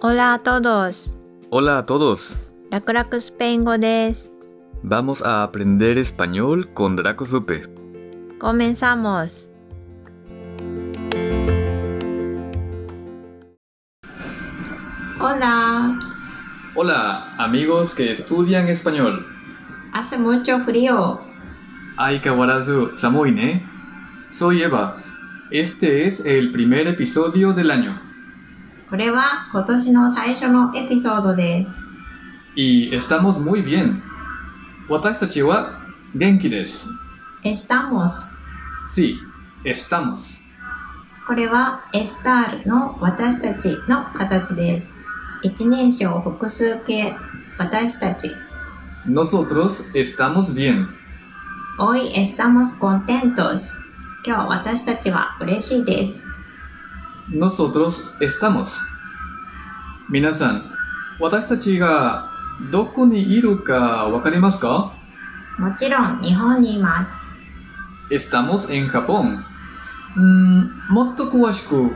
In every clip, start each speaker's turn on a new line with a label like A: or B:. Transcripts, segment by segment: A: Hola a todos.
B: Hola a todos.
A: Rakurak Spaingo です。
B: Vamos a aprender español con Draco Supe.
A: Comenzamos. Hola.
B: Hola, amigos que estudian español.
A: Hace mucho frío.
B: Ay, kawarazu, samui ne. Soy Eva. Este es el primer episodio del año.
A: これは今年の最初のエピソードです。
B: Y estamos muy bien. Watashi wa genki desu.
A: Estamos。
B: Sí, estamos.
A: これはエスタールの私たちの形です。一人称複数形、私たち。
B: Nosotros estamos bien.
A: Hoy estamos contentos. 今日私たちは嬉しいです。
B: Nosotros estamos. 皆さん、私たちがどこにいるかわかりますか
A: もちろん日本にいます。
B: Estamos en Japón. Mm, もっと詳しく、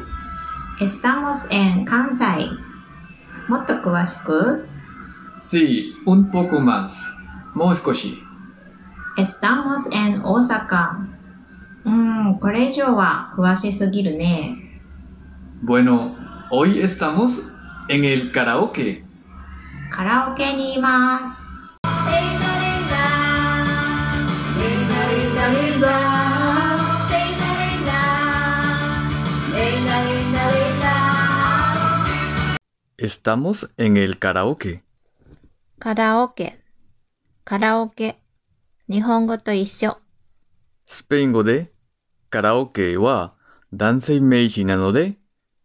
A: Estamos en 関西。もっと詳しく、
B: sí, un poco más. もう少し。
A: Estamos en 大阪。うーん、これ以上は詳しすぎるね。
B: Bueno, hoy estamos en el karaoke.
A: カラオケにいます。
B: Estamos en el karaoke.
A: カラオケ。カラオケ。日本語と一緒。
B: スペイン語で、カラオケは男性名詞なので、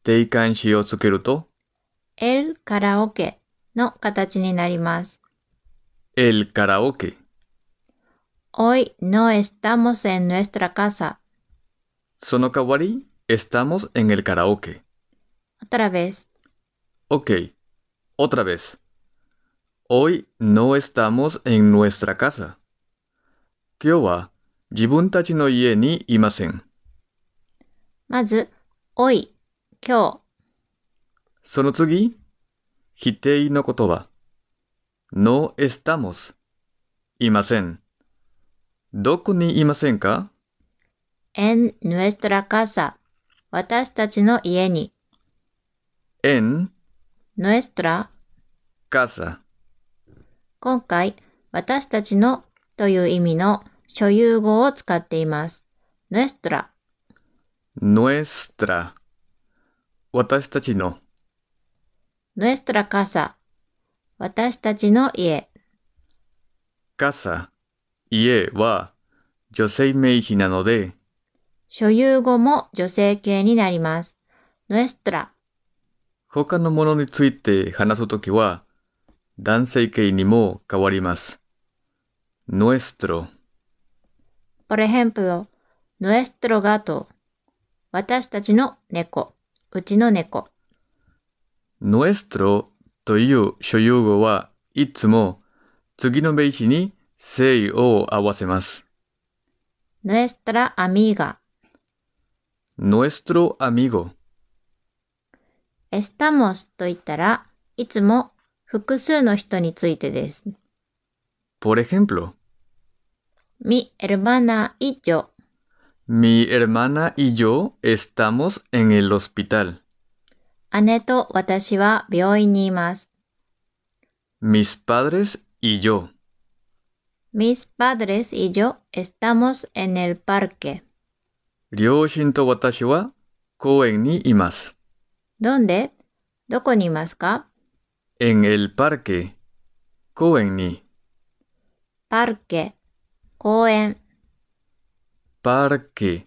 B: 定冠詞をつけると、
A: El カラオケの形になります。
B: el karaoke。
A: Hoy no estamos en nuestra casa.
B: その代わり、estamos en el karaoke.
A: Otra vez.
B: Ok, otra vez. Hoy no estamos en nuestra casa. 今日は自分たちの家にいません。
A: まず、おい、今
B: その次、否定の言葉。no estamos いません。どこにいませんか
A: 日、en nuestra casa。私たちの家に、
B: en
A: nuestra。
B: casa
A: 今回、私たちのという意味の所有語を使っています。nuestra。
B: nuestra 私たちの
A: nuestra casa。私たちの家。
B: casa 家は女性名詞なので、
A: 所有語も女性形になります。nuestra。
B: 他のものについて話すときは、男性形にも変わります。nuestro
A: por ejemplo, nuestro gato。私たちの猫。うちの猫。
B: nuestro という所有語はいつも次の名詞に性を合わせます。
A: nuestra amiga。
B: nuestro amigo。
A: estamos と言ったらいつも複数の人についてです。
B: por ejemplo,
A: mi hermana y yo
B: mi hermana y yo estamos en el hospital.
A: 姉と私は病院にいます。
B: mis padres y yo.
A: mis padres y yo estamos en el parque
B: 両親と私は公園にいます。
A: donde どこにいますか
B: en el parque 公園に
A: parque 公園
B: parque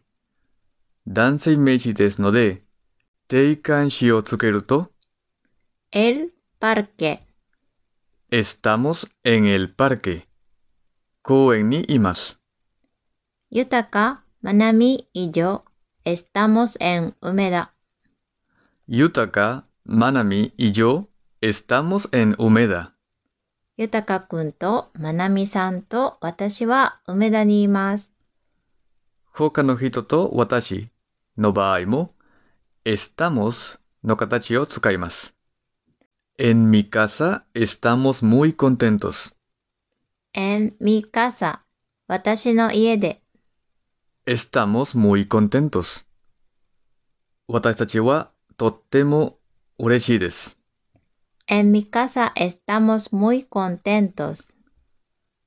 B: 男性名詞ですので定冠詞をつけると
A: el parque
B: Estamos en el parque. 公園にいます。
A: 豊かまなみ y yo estamos en 梅田
B: 豊か、まなみ、以上。Estamos en Umeda.
A: 豊かくんとまなみさんと私は梅田にいます。
B: 他の人と私の場合も、estamos の形を使います。 En mi casa estamos muy contentos.
A: en mi casa 私の家で
B: Estamos muy contentos. 私たちはとっても嬉しいです。
A: en mi casa estamos muy contentos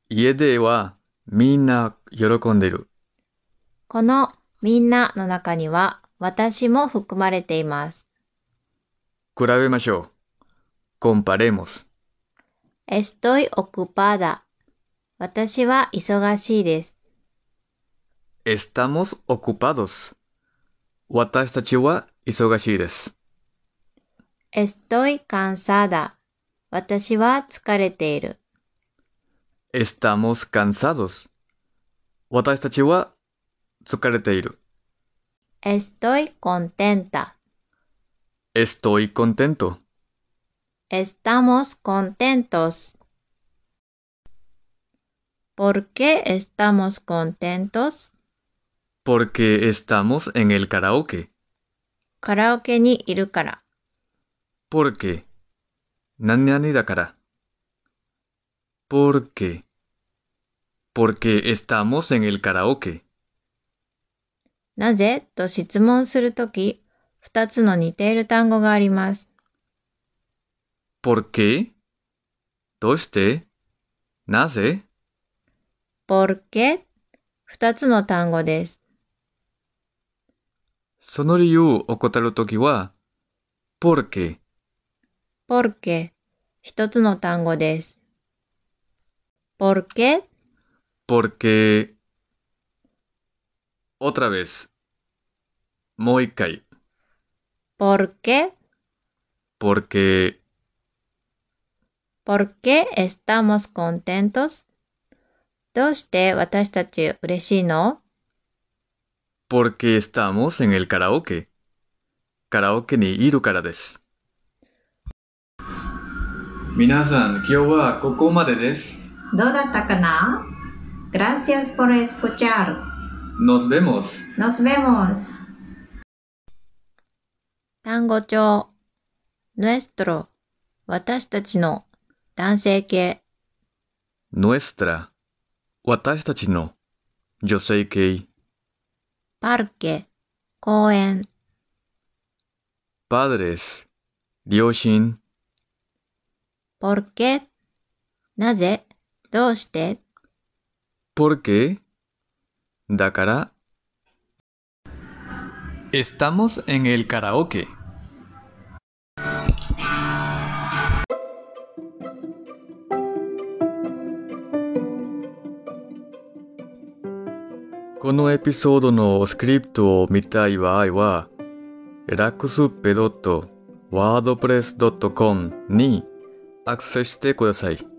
B: 家ではみんな喜んでいる。
A: このみんなの中には私も含まれています
B: 比べましょう。comparemos。
A: estoy ocupada 私は忙しいです
B: estamos ocupados。私たちは忙しいです。
A: estoy cansada 私は疲れている
B: estamos cansados。私たちは疲れている。
A: estoy contenta
B: estoy contento。
A: Estamos contentos. ¿Por qué estamos contentos?
B: porque estamos en el karaoke。
A: カラオケにいるから。
B: porque 何々だから porque porque estamos en el karaoke
A: なぜと質問するとき、二つの似ている単語があります。
B: por qué どうしてなぜ
A: por qué 二つの単語です。
B: その理由を怠るときは porque
A: por qué 一つの単語です。por qué
B: porque otra vez もう一回
A: por qué
B: porque
A: por qué estamos contentos? どうして私たち嬉しいの
B: porque estamos en el karaoke カラオケにいるからです皆さん今日はここまでです
C: どうだったかな Gracias por escuchar.
B: Nos vemos
C: Nos vemos.
A: 単語帳 nuestro 私たちの男性形
B: Nuestra 私たちの女性系
A: parque 公園
B: Padres 両親
A: por qué なぜどうして
B: Porque だから Estamos en el karaoke このエピソードのスクリプトを見たい場合は、ラクスペ .wordpress.com にアクセスしてください。